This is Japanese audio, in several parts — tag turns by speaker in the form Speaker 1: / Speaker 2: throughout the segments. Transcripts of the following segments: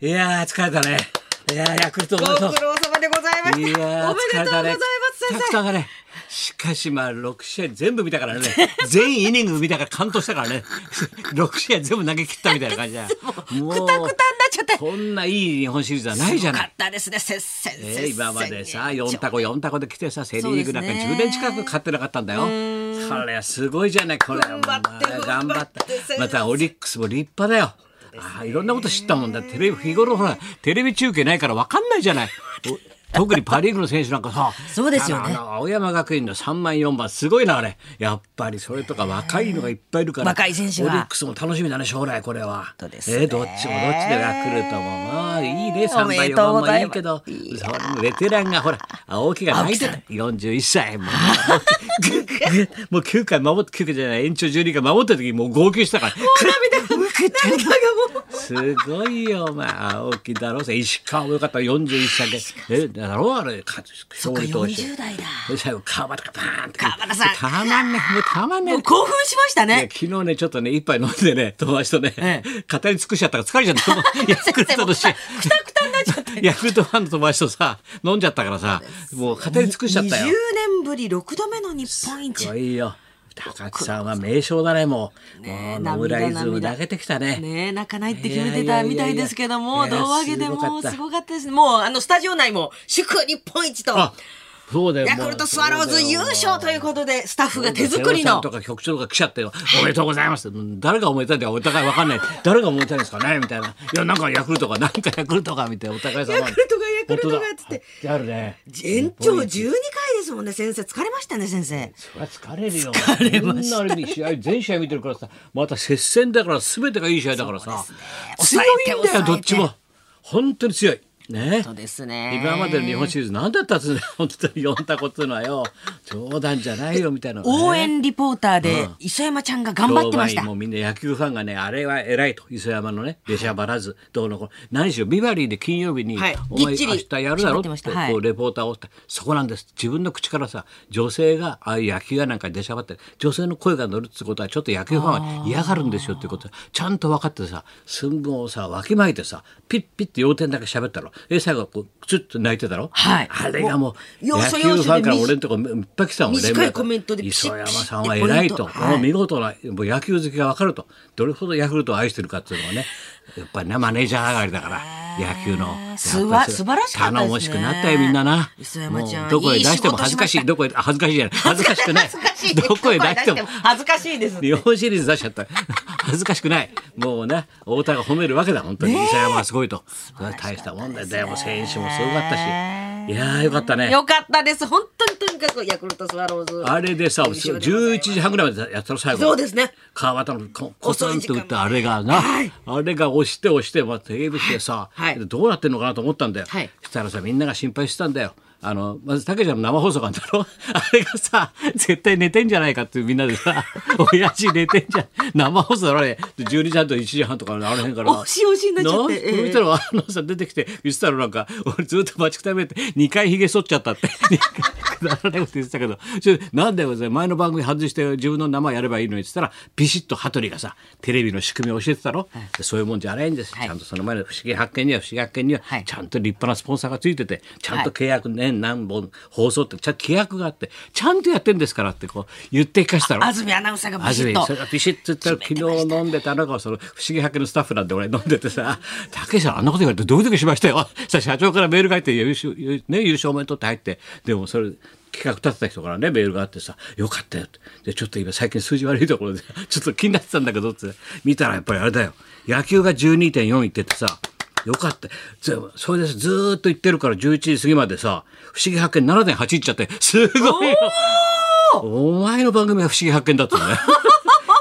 Speaker 1: いやー、疲れたね。いやー、ヤクルトお
Speaker 2: ご
Speaker 1: めでとう
Speaker 2: 苦。労様でございました。おめ
Speaker 1: い
Speaker 2: でとうご
Speaker 1: やー、疲
Speaker 2: ざ
Speaker 1: れ
Speaker 2: い
Speaker 1: た
Speaker 2: ま
Speaker 1: ね
Speaker 2: す。先
Speaker 1: たく
Speaker 2: 生。
Speaker 1: さんがね、しかしまあ、6試合全部見たからね、全イニング見たから完投したからね、6試合全部投げ切ったみたいな感じだよ。も
Speaker 2: くたくたになっちゃって。
Speaker 1: こんないい日本シリーズはないじゃ
Speaker 2: よ
Speaker 1: な
Speaker 2: か
Speaker 1: い
Speaker 2: っ。たですね。接戦。接
Speaker 1: え
Speaker 2: 戦
Speaker 1: ー今までさ4タコ4タコで来てさセ・リ
Speaker 2: そうで
Speaker 1: ー
Speaker 2: す
Speaker 1: グ
Speaker 2: ね
Speaker 1: なんか10年近く勝ってなかったんだよ。これはすごいじゃないこれはもう
Speaker 2: 頑張って
Speaker 1: まあ頑張っ
Speaker 2: 頑張って
Speaker 1: たまたオリックスも立派だよ。ああいろんなこと知ったもんだテレビ日頃ほらテレビ中継ないから分かんないじゃ ない。お特にパ・リーグの選手なんかさ
Speaker 2: そうですよ
Speaker 1: あ
Speaker 2: ね
Speaker 1: のあの青山学院の3番4番すごいなあれやっぱりそれとか若いのがいっぱいいるから
Speaker 2: 若い選手
Speaker 1: オ
Speaker 2: は
Speaker 1: リックスも楽しみだね将来これは。
Speaker 2: 当ですね
Speaker 1: えーどっちもどっちでヤクルトもまあいいね3
Speaker 2: お
Speaker 1: 番
Speaker 2: めで
Speaker 1: 4
Speaker 2: とう
Speaker 1: 番
Speaker 2: ご
Speaker 1: も
Speaker 2: ざい
Speaker 1: い
Speaker 2: ま
Speaker 1: い
Speaker 2: す
Speaker 1: けどそれもベテランがほら青木が泣いてた41歳もうぐぐぐもう9回守って9回じゃない延長12回守った時もう号泣したから
Speaker 2: 涙がもう。
Speaker 1: すごいよお前青木だろ石川もよかった41歳でえだろあれ勝
Speaker 2: そっか
Speaker 1: 勝利投
Speaker 2: 四
Speaker 1: 手
Speaker 2: 十代だ。
Speaker 1: で最後川端がパーンって
Speaker 2: 川端さん
Speaker 1: たまんねもうたまんね
Speaker 2: もう興奮しました
Speaker 1: いや
Speaker 2: ね。
Speaker 1: 昨日ねちょっとね一杯飲んでね友達とね、
Speaker 2: え
Speaker 1: 語り尽くしちゃったから疲れ ちゃったもうヤクルトの試合
Speaker 2: くたくたになっちゃって。
Speaker 1: ヤクルトファンの友達とさ飲んじゃったからさもう語り尽くしちゃった
Speaker 2: 20
Speaker 1: よ。
Speaker 2: 年ぶり六度目の日本
Speaker 1: す
Speaker 2: 一
Speaker 1: ご。いよ高木さんは名将だねもう
Speaker 2: ね
Speaker 1: も
Speaker 2: え
Speaker 1: う野村イズム投げてきたね
Speaker 2: ねえ、泣かないって決めてたみたいですけども、
Speaker 1: いやいやいや
Speaker 2: 胴上げで
Speaker 1: いやすごか
Speaker 2: も
Speaker 1: った
Speaker 2: すごかったですね。もう、あの、スタジオ内も、祝日本一と、
Speaker 1: あそうだよ
Speaker 2: ヤクルトスワローズ優勝ということで、スタッフが手作り
Speaker 1: 瀬尾さん
Speaker 2: の
Speaker 1: と、か局長とか来ちゃってよ「おめでとうございます」誰がおめでたいんだかお互い分かんない誰がおめでたいんですかねみたいな「いやなんかヤクルトがなんかヤクルトが」みたいなお互い様
Speaker 2: ヤクルトがヤクルトがっつって
Speaker 1: 本当だあるね
Speaker 2: 延長12回ですもんね、先生。疲れましたね、先生。
Speaker 1: そりゃ疲れるよ疲れましたみんなあれに試合全試合見てるからさまた接戦だから全てがいい試合だからさ、
Speaker 2: そうですね
Speaker 1: 強いんだ
Speaker 2: 抑え
Speaker 1: よ
Speaker 2: て
Speaker 1: どっちも本当に強いね
Speaker 2: そうですね。
Speaker 1: 今までの日本シリーズ何だったっつうの本当に4タコっつうのはよ冗談じゃないよみたいな、ね、
Speaker 2: 応援リポーターで、磯山ちゃんが頑張ってまし
Speaker 1: 評判員
Speaker 2: た。
Speaker 1: もうみんな野球ファンがねあれは偉いと磯山のね出しゃばらずどうのこうの何しろビバリーで金曜日に、
Speaker 2: はい
Speaker 1: お前
Speaker 2: ぎっちり
Speaker 1: 明日やるだろって
Speaker 2: 縛ってましたはい
Speaker 1: こうレポーターをってそこなんです自分の口からさ女性がああいう野球やなんかに出しゃばって女性の声が乗るってことはちょっと野球ファンは嫌がるんですよってことはちゃんと分かってさ寸分をさわきまえてさピッピッて要点だけ喋ったろえ最後こうちょっと泣いてたろ、
Speaker 2: はい
Speaker 1: あれがもう
Speaker 2: も
Speaker 1: 野
Speaker 2: う要所
Speaker 1: 球
Speaker 2: 要所で
Speaker 1: ファンから俺のとこいっぱい来てたもん
Speaker 2: 短いコメントでピシ
Speaker 1: 磯
Speaker 2: ッ
Speaker 1: 山
Speaker 2: ピシッ
Speaker 1: さんは偉い
Speaker 2: ポイ
Speaker 1: と、
Speaker 2: ントはい
Speaker 1: お見事なもう野球好きが分かるとどれほどヤクルトを愛してるかっていうのはねやっぱりねマネージャー上がりだから野球の
Speaker 2: す
Speaker 1: やっぱ
Speaker 2: ば
Speaker 1: り
Speaker 2: 素
Speaker 1: それ
Speaker 2: 晴らしかったですね
Speaker 1: 頼もしくなったよみんなな
Speaker 2: 磯山ちゃん
Speaker 1: もうどこへ出しても恥ずかしい
Speaker 2: いい仕
Speaker 1: どこへ恥ずかしいじゃない恥ずかしくない
Speaker 2: 恥ずかしい。
Speaker 1: どこへ出しても
Speaker 2: 恥ずかしいです。
Speaker 1: 日本シリーズ出しちゃった恥ずかしくないもうね太田が褒めるわけだ本当に磯山はすごいとそれは大したもんだよでも選手もすごかったしいやーよかったね
Speaker 2: よかったです。本当にとにかくヤクルトスワローズ。
Speaker 1: あれでさ、
Speaker 2: 優勝でござ
Speaker 1: 11
Speaker 2: います
Speaker 1: 時半ぐらいまでやったの最後。
Speaker 2: そうですね。
Speaker 1: 川端のココツンと打っ
Speaker 2: 遅い時
Speaker 1: た
Speaker 2: 間
Speaker 1: あれがな、
Speaker 2: はい
Speaker 1: あれが押して押して、まあ、テレビしてさ、
Speaker 2: はい
Speaker 1: どうなってんのかなと思ったんだよ。
Speaker 2: はい
Speaker 1: したらさ、みんなが心配してたんだよ。あの、まず、たけちゃんの生放送があんだろ あれがさ、絶対寝てんじゃないかってみんなで さ、親父寝てんじゃん。生放送だろ、あれ。12時半と1時半とか、あの辺から。
Speaker 2: 押し押しになっちゃっ
Speaker 1: な
Speaker 2: てええ
Speaker 1: 見たら、あのさ、出てきて、言ってたらなんか、俺ずっと待ちくたびれて、2回ひげ剃っちゃったって。くだらないこと言ってたけど、それなんだよ、それ前の番組外して自分の名前やればいいのにって言ったら、ビシッと羽鳥がさ、テレビの仕組みを教えてたろ、でそういうもんじゃないんです。
Speaker 2: はい
Speaker 1: ちゃんとその前の不思議発見には不思議発見には、
Speaker 2: はい
Speaker 1: ちゃんと立派なスポンサーがついてて、ちゃん
Speaker 2: はい
Speaker 1: と契約年、何本放送って、ちゃんと契約があって、ちゃんとやってんですからってこう言っていかしたろ。
Speaker 2: 安住アナウンサーがビ
Speaker 1: あ
Speaker 2: シ
Speaker 1: ず
Speaker 2: ッ
Speaker 1: み
Speaker 2: と
Speaker 1: それがビシッと言ったら昨日飲んでたのがその不思議発見のスタッフなんで俺飲んでてさ「 たけしさんあんなこと言われてドキドキしましたよ」 さ社長からメールが入って優勝,、ね、優勝おめでとうって入ってでもそれ企画立てた人からねメールがあってさ「よかったよ」ってでちょっと今最近数字悪いところで ちょっと気になってたんだけどって見たらやっぱりあれだよ野球が12.4いっててさよかった。ずそれでずーっと言ってるから11時過ぎまでさ、不思議発見7.8いっちゃって、すごいよお前の番組は不思議発見だった ね。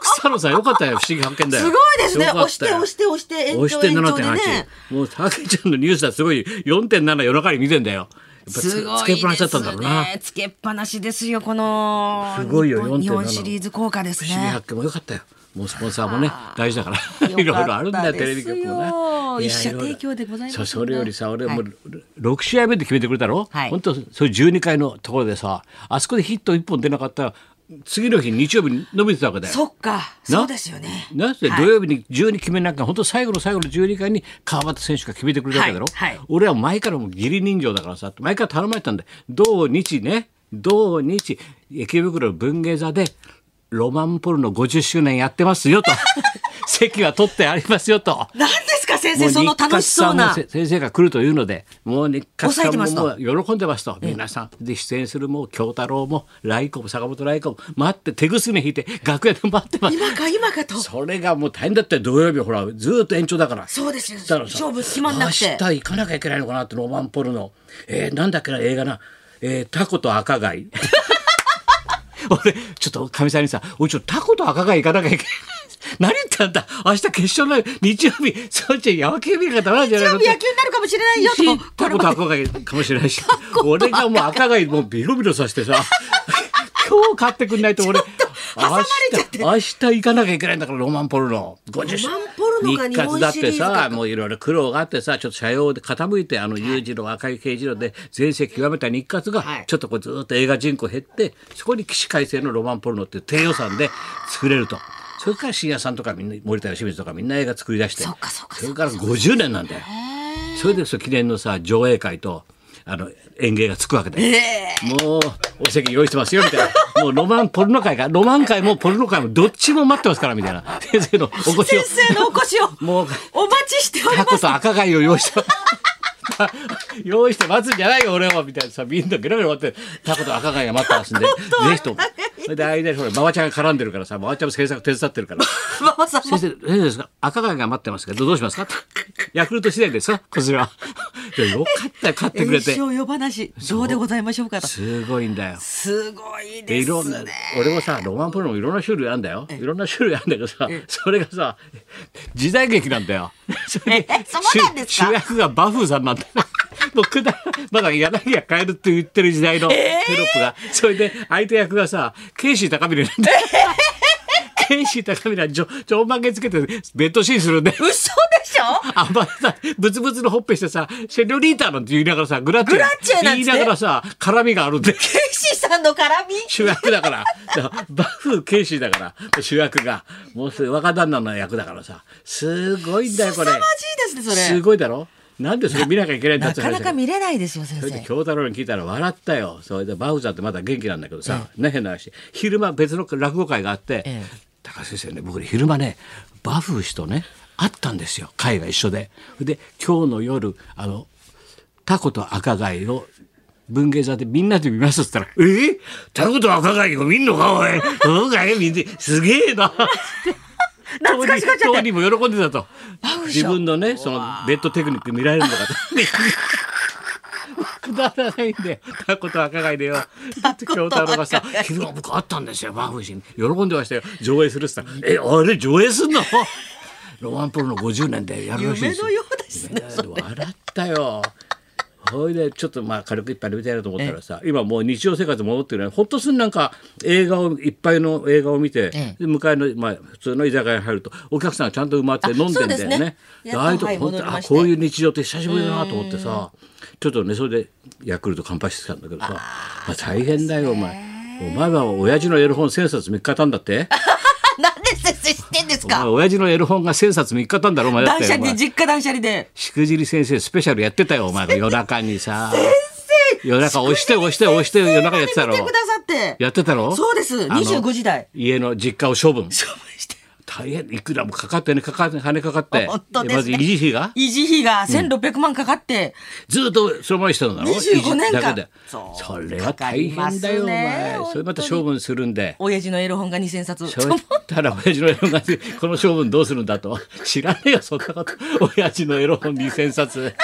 Speaker 1: 草野さんよかったよ、不思議発見だよ。
Speaker 2: すごいですね。
Speaker 1: よかったよ
Speaker 2: 押して押して押して延
Speaker 1: 押し
Speaker 2: 長
Speaker 1: て
Speaker 2: 延長でね。
Speaker 1: 7.8。もう、たけちゃんのニュースはすごい、4.7夜中に見てんだよ。やっぱつ
Speaker 2: すご
Speaker 1: つ
Speaker 2: い
Speaker 1: け
Speaker 2: で
Speaker 1: っぱなしだった
Speaker 2: す
Speaker 1: んだろうな。
Speaker 2: ね。つけっぱなしですよこの
Speaker 1: すごいよ
Speaker 2: 日本日本
Speaker 1: 4.7
Speaker 2: シリーズ効果です
Speaker 1: 不思議
Speaker 2: ね。
Speaker 1: 発見もよかったよ。もうスポンサーもね、大事だから。い
Speaker 2: よ
Speaker 1: ろいろ
Speaker 2: かったですよ
Speaker 1: あるんだよ、テレビ局もね。
Speaker 2: 一社
Speaker 1: いや
Speaker 2: 提供でございます
Speaker 1: そうそれよりさ、俺
Speaker 2: はい
Speaker 1: もう6試合目で決めてくれたろ
Speaker 2: はい
Speaker 1: 本当、そういう12回のところでさ、あそこでヒット1本出なかったら、次の日日曜日に伸びてたわけだよ。
Speaker 2: そっか。
Speaker 1: な
Speaker 2: そうですよね。
Speaker 1: なぜ
Speaker 2: はい
Speaker 1: 土曜日に12決めなんか、本当最後の最後の12回に川端選手が決めてくれたわけだろ、
Speaker 2: はいはい
Speaker 1: 俺は前からもう義理人情だからさ前から頼まれてたんで土日ね土日池袋文芸座でロマンポルの50周年やってます よと席は取ってありますよと。
Speaker 2: 何ですか先
Speaker 1: もう
Speaker 2: 生その楽しそうな
Speaker 1: 日活さんもせ先生が来るというのでもう日活さんも
Speaker 2: 抑
Speaker 1: もう喜んでますと皆さんで出演するもう京太郎も来子も坂本来子も待って手ぐすね引いて楽屋で待ってます
Speaker 2: 今か今かと。
Speaker 1: それがもう大変だったよ土曜日ほらずーっと延長だから
Speaker 2: そうですよ
Speaker 1: そしたらさ
Speaker 2: 勝負決まんなくて
Speaker 1: 明日行かなきゃいけないのかなってロマンポルのえー、なんだっけな映画な、えー、タコと赤貝 俺ちょっとかみさんにさ「おいちょっとタコと赤貝行かなきゃいけない」何言ったんだ明日決勝の日曜日そっち野球見なきゃダメなんじゃない
Speaker 2: 日曜
Speaker 1: の
Speaker 2: 日野球になるかもしれないよ
Speaker 1: し
Speaker 2: と。
Speaker 1: タコと赤貝かもしれないし俺がもう赤貝もうビロビロさして さ今日買ってくんないと俺
Speaker 2: 挟まれちゃって
Speaker 1: 明日明日行かなきゃいけないんだからロマンポルノ50周
Speaker 2: ロマンポルノが
Speaker 1: 日
Speaker 2: 日
Speaker 1: 活
Speaker 2: 本
Speaker 1: だっ
Speaker 2: シ
Speaker 1: て
Speaker 2: リーズ
Speaker 1: さ
Speaker 2: か
Speaker 1: もういろいろ苦労があってさちょっと車両で傾いてあの U 字の赤い軽自動で全盛極めた日活が
Speaker 2: はい
Speaker 1: ちょっとこうずーっと映画人口減ってそこに起死回生のロマンポルノっていう低予算で作れると。それから深夜さんとかみんな森田芳光とかみんな映画作り出して
Speaker 2: そっかそっか
Speaker 1: それから50年なんだよ。それでその記念のさ上映会とあの演芸がつくわけだよ。
Speaker 2: ええ
Speaker 1: もうお席用意してますよみたいな。もうロマンポルノ会がロマン会もポルノ会もどっちも待ってますからみたいな先生のお越しを
Speaker 2: 先。生のお越しを
Speaker 1: もう
Speaker 2: お待ちしており
Speaker 1: タ
Speaker 2: ま
Speaker 1: コ
Speaker 2: す。
Speaker 1: と赤貝を用意して 用意して待つんじゃないよ俺はみたいなさみんなゲラゲラ待ってタコと赤貝が待ってますんでぜひともそれで間にほら馬場ちゃんが絡んでるからさ馬場ちゃんも制作手伝ってるから
Speaker 2: 馬場さんも
Speaker 1: 先生先生ですか赤貝が待ってますけどどうします かヤクルト次第ですかこちらいやよかったよ買ってくれて
Speaker 2: 一生呼ばなしどうでございましょうかと。
Speaker 1: すごいんだよ
Speaker 2: すご
Speaker 1: で
Speaker 2: いで
Speaker 1: いろ
Speaker 2: す
Speaker 1: んな
Speaker 2: ね。
Speaker 1: 俺もさロマンポルノもいろんな種類あるんだよいろんな種類あるんだけどさそれがさ時代劇なんだよそれで
Speaker 2: ええそうなんです
Speaker 1: 主
Speaker 2: か
Speaker 1: 主役がバフーさんなんだ よもうくだまだ柳家カエルって言ってる時代のテロップが、それで相手役がさケイシー高見なんだよ、ケイシー高見はちょちょんまげつけてベッドシーンするんだよ
Speaker 2: 嘘でしょ？
Speaker 1: あまさ、ブツブツのほっぺしてさ、セリョリータなんて言いながらさ、グラッチェ。
Speaker 2: グラッチェなん
Speaker 1: 言
Speaker 2: て
Speaker 1: いながらさ、絡みがあるんで。
Speaker 2: ケイシーさんの絡み。
Speaker 1: 主役だからだからバフケイシーだから主役がもうすぐ若旦那の役だからさすごいんだよこ
Speaker 2: 凄
Speaker 1: れ
Speaker 2: まじいですねそ
Speaker 1: す
Speaker 2: れ。
Speaker 1: ごいだろなんでそれ見なきゃいけないんだっ
Speaker 2: な
Speaker 1: て
Speaker 2: かなか
Speaker 1: 話
Speaker 2: 見れないですよ先
Speaker 1: それで
Speaker 2: 生。
Speaker 1: 京太郎に聞いたら笑ったよそれでバフさんってまだ元気なんだけどさ、ね変な話昼間別の落語会があって、
Speaker 2: ええ
Speaker 1: 高橋先生ね僕ね昼間ねバフ氏とね会ったんですよ会が一緒でで今日の夜あのタコと赤貝を文芸座でみんなで見ますっつったら「えー、タコと赤貝を見んのかおいそうかい見てすげえな」
Speaker 2: 懐かしがっちゃっ
Speaker 1: 当
Speaker 2: て。
Speaker 1: 人も喜んでたと
Speaker 2: ウシ
Speaker 1: 自
Speaker 2: ョ
Speaker 1: 分のねそのベッドテクニック見られるのかと。 くだらないんでタコと赤貝でよ京太郎がさ「昼は僕あったんですよバフシン喜んでましたよ上映する」っつったら「えあれ上映すんの?」ロマンポルの50年でやるらしいで
Speaker 2: 夢
Speaker 1: すよ
Speaker 2: のようですね。それ
Speaker 1: 笑ったよ。ほいでちょっとまあ軽く一杯飲みたいなと思ったらさ今もう日常生活戻ってるねほっとするなんか映画をいっぱいの映画を見て、
Speaker 2: え
Speaker 1: で向かいの、まあ、普通の居酒屋に入るとお客さんがちゃんと埋まって飲んでんだよ
Speaker 2: あそうです
Speaker 1: ね
Speaker 2: ね。
Speaker 1: で
Speaker 2: やっと
Speaker 1: ああいうとこ
Speaker 2: はい
Speaker 1: 本当に
Speaker 2: 戻り
Speaker 1: あ
Speaker 2: まして
Speaker 1: こういう日常って久しぶりだなと思ってさちょっとねそれでヤクルト乾杯してたんだけどさまあ、大変だよお前。お前は親父のエロ本1000冊3日たんだ って
Speaker 2: なんで先生知ってんです
Speaker 1: お前
Speaker 2: か。
Speaker 1: 親父のエロ本が1000冊3日たんだろお前だっ
Speaker 2: 断
Speaker 1: て
Speaker 2: 捨
Speaker 1: お前
Speaker 2: 離実家断捨離で。
Speaker 1: しくじり先生スペシャルやってたよお前が夜中にさ夜中押して押して押して夜中やってたろ
Speaker 2: 見てくださって。
Speaker 1: やってたろ
Speaker 2: そうです。
Speaker 1: あの
Speaker 2: 二十五時代。
Speaker 1: 家の実家を処分
Speaker 2: 処分して。
Speaker 1: 大変いくらもかかってねかかって金かかって
Speaker 2: 本当ですね
Speaker 1: まず維持費が
Speaker 2: 維持費が千六百万かかって。
Speaker 1: ずっとそのままにしてたんだろ
Speaker 2: 25年
Speaker 1: 維
Speaker 2: 間
Speaker 1: 持だけで
Speaker 2: そう
Speaker 1: それは大変だよお
Speaker 2: かかりますね
Speaker 1: 前それまた処分するんで
Speaker 2: 親父のエロ本が二千冊。
Speaker 1: そうたら親父のエロ本がこの処分どうするんだと知らねえよそんなこと親父のエロ本2,000冊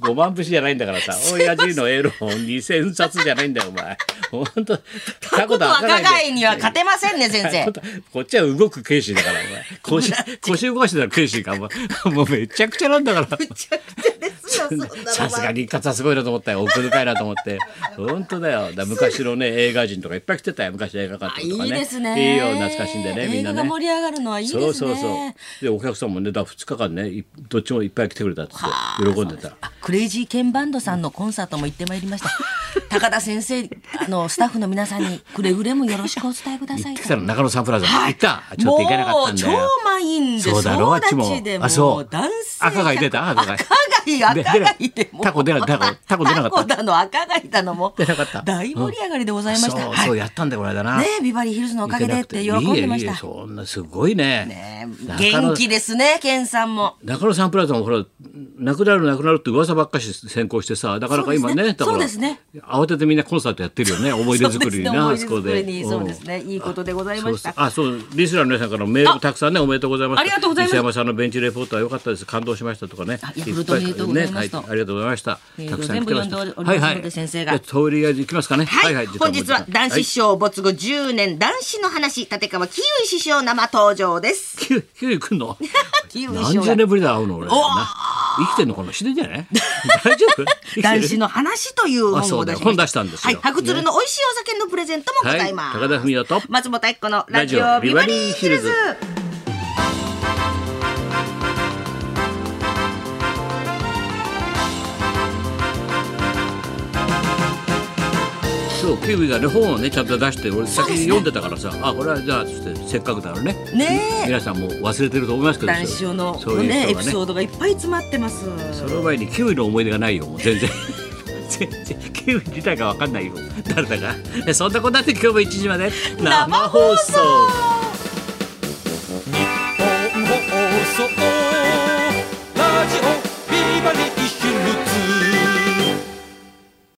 Speaker 1: 5万節じゃないんだからさ親父のエロ本2,000冊じゃないんだよお前ほんとタ
Speaker 2: ことは
Speaker 1: 赤
Speaker 2: 赤
Speaker 1: 貝
Speaker 2: 貝
Speaker 1: で
Speaker 2: には勝てませんね先生。
Speaker 1: こっちは動くケイシーだからお前 腰腰動かしてたらケイシーかもうもうめちゃくちゃなんだ から
Speaker 2: めちゃくちゃですよそんなの
Speaker 1: さすがに活はすごいなと思ったよ奥深いなと思って本当だよだから昔のね映画人とかいっぱい来てたよ昔映画館とかね
Speaker 2: いいですね。
Speaker 1: いいよ懐かしんでねみんな
Speaker 2: 映画
Speaker 1: ね
Speaker 2: が盛り上がるのはいいですね。
Speaker 1: そうそうそうでお客さんもねだ2日間ねいどっちもいっぱい来てくれたっつって喜んでた
Speaker 2: あクレイジーケンバンドさんのコンサートも行ってまいりました。高田先生、あの、スタッフの皆さんにくれぐれもよろしくお伝えくださ
Speaker 1: 行っ
Speaker 2: いと
Speaker 1: てきたの中野サンプラザ、行ったちょっと行けなかったんだ
Speaker 2: もう
Speaker 1: よ
Speaker 2: 超満員で
Speaker 1: そうだろうあっちも
Speaker 2: 総立でも
Speaker 1: あそう
Speaker 2: 男性
Speaker 1: 赤貝出た赤
Speaker 2: 赤
Speaker 1: 貝
Speaker 2: 貝赤貝
Speaker 1: で
Speaker 2: で
Speaker 1: 出な
Speaker 2: も
Speaker 1: タコ出なタコタコ出なかった
Speaker 2: タコだの赤貝だのも
Speaker 1: 出なかった
Speaker 2: 大盛り上がりでございました、
Speaker 1: そう
Speaker 2: はい
Speaker 1: そう
Speaker 2: ね
Speaker 1: やったんだよこれだな
Speaker 2: ビバリーヒルズのおかげでって喜
Speaker 1: 行
Speaker 2: ん
Speaker 1: け
Speaker 2: で
Speaker 1: な
Speaker 2: ま
Speaker 1: くていいえいい
Speaker 2: し
Speaker 1: え
Speaker 2: た
Speaker 1: そんなすごいね
Speaker 2: ねえ
Speaker 1: 中野
Speaker 2: 元気ですねケンさんも
Speaker 1: 中野サンプラザもほらなくなるなくなるって噂ばっかし先行してさなかなか今ねだから
Speaker 2: そうですね
Speaker 1: 慌ててみんなコンサートやってるよね思い出作りにな
Speaker 2: そう
Speaker 1: あ
Speaker 2: です
Speaker 1: そこ
Speaker 2: ね思い出作りに
Speaker 1: で
Speaker 2: そうですねいいことでございまし
Speaker 1: そ
Speaker 2: た
Speaker 1: うそうあそうリスナーの皆さんからもメールもたくさんねおめでとうございました
Speaker 2: ありがとうございます
Speaker 1: 西山さんのベンチレポートは良かったです感動しましたとかね
Speaker 2: あヤクルトおめでとうございますと
Speaker 1: ねはいありがとうございました
Speaker 2: メー
Speaker 1: た
Speaker 2: ルを
Speaker 1: くさん
Speaker 2: 全
Speaker 1: 来
Speaker 2: 部
Speaker 1: てまし
Speaker 2: 読んで
Speaker 1: た
Speaker 2: おりますので先生が
Speaker 1: じゃあとりあえず行きますかね
Speaker 3: はい、
Speaker 1: 時
Speaker 3: 本
Speaker 1: 間も
Speaker 3: 日は男子師匠没後10年、男子の話立川キウイ師匠生登場です
Speaker 1: キウイキウイ 来んの
Speaker 2: キウイ師匠
Speaker 1: 何
Speaker 2: が
Speaker 1: 十年ぶりだ会うの俺な生きてんのかな死んでんじゃない 大丈夫 生きてる
Speaker 3: 男子の話という
Speaker 1: あ
Speaker 3: 本
Speaker 1: そ
Speaker 3: を
Speaker 1: う
Speaker 3: 出
Speaker 1: だ
Speaker 3: し
Speaker 1: よ
Speaker 3: ました
Speaker 1: 本出したんですよ
Speaker 3: はい、白鶴の美味しいお酒のプレゼントもございます、
Speaker 1: はい高田文夫と
Speaker 3: 松本一子のラジオビバリーヒルズ
Speaker 1: ラジオビそうキウイがね本をねちゃんと出して俺先に読んでたからさ、あこれはじゃあつってせっかくだからね
Speaker 2: ねえ
Speaker 1: 皆さんもう忘れてると思いますけど
Speaker 2: 男子用の
Speaker 1: そういう人
Speaker 2: ね
Speaker 1: が
Speaker 2: エピソードがいっぱい詰まってます。
Speaker 1: その前にキウイの思い出がないよ もう全然全然キウイ自体が分かんないよ誰だかそんなこんなで今日も1時まで生放送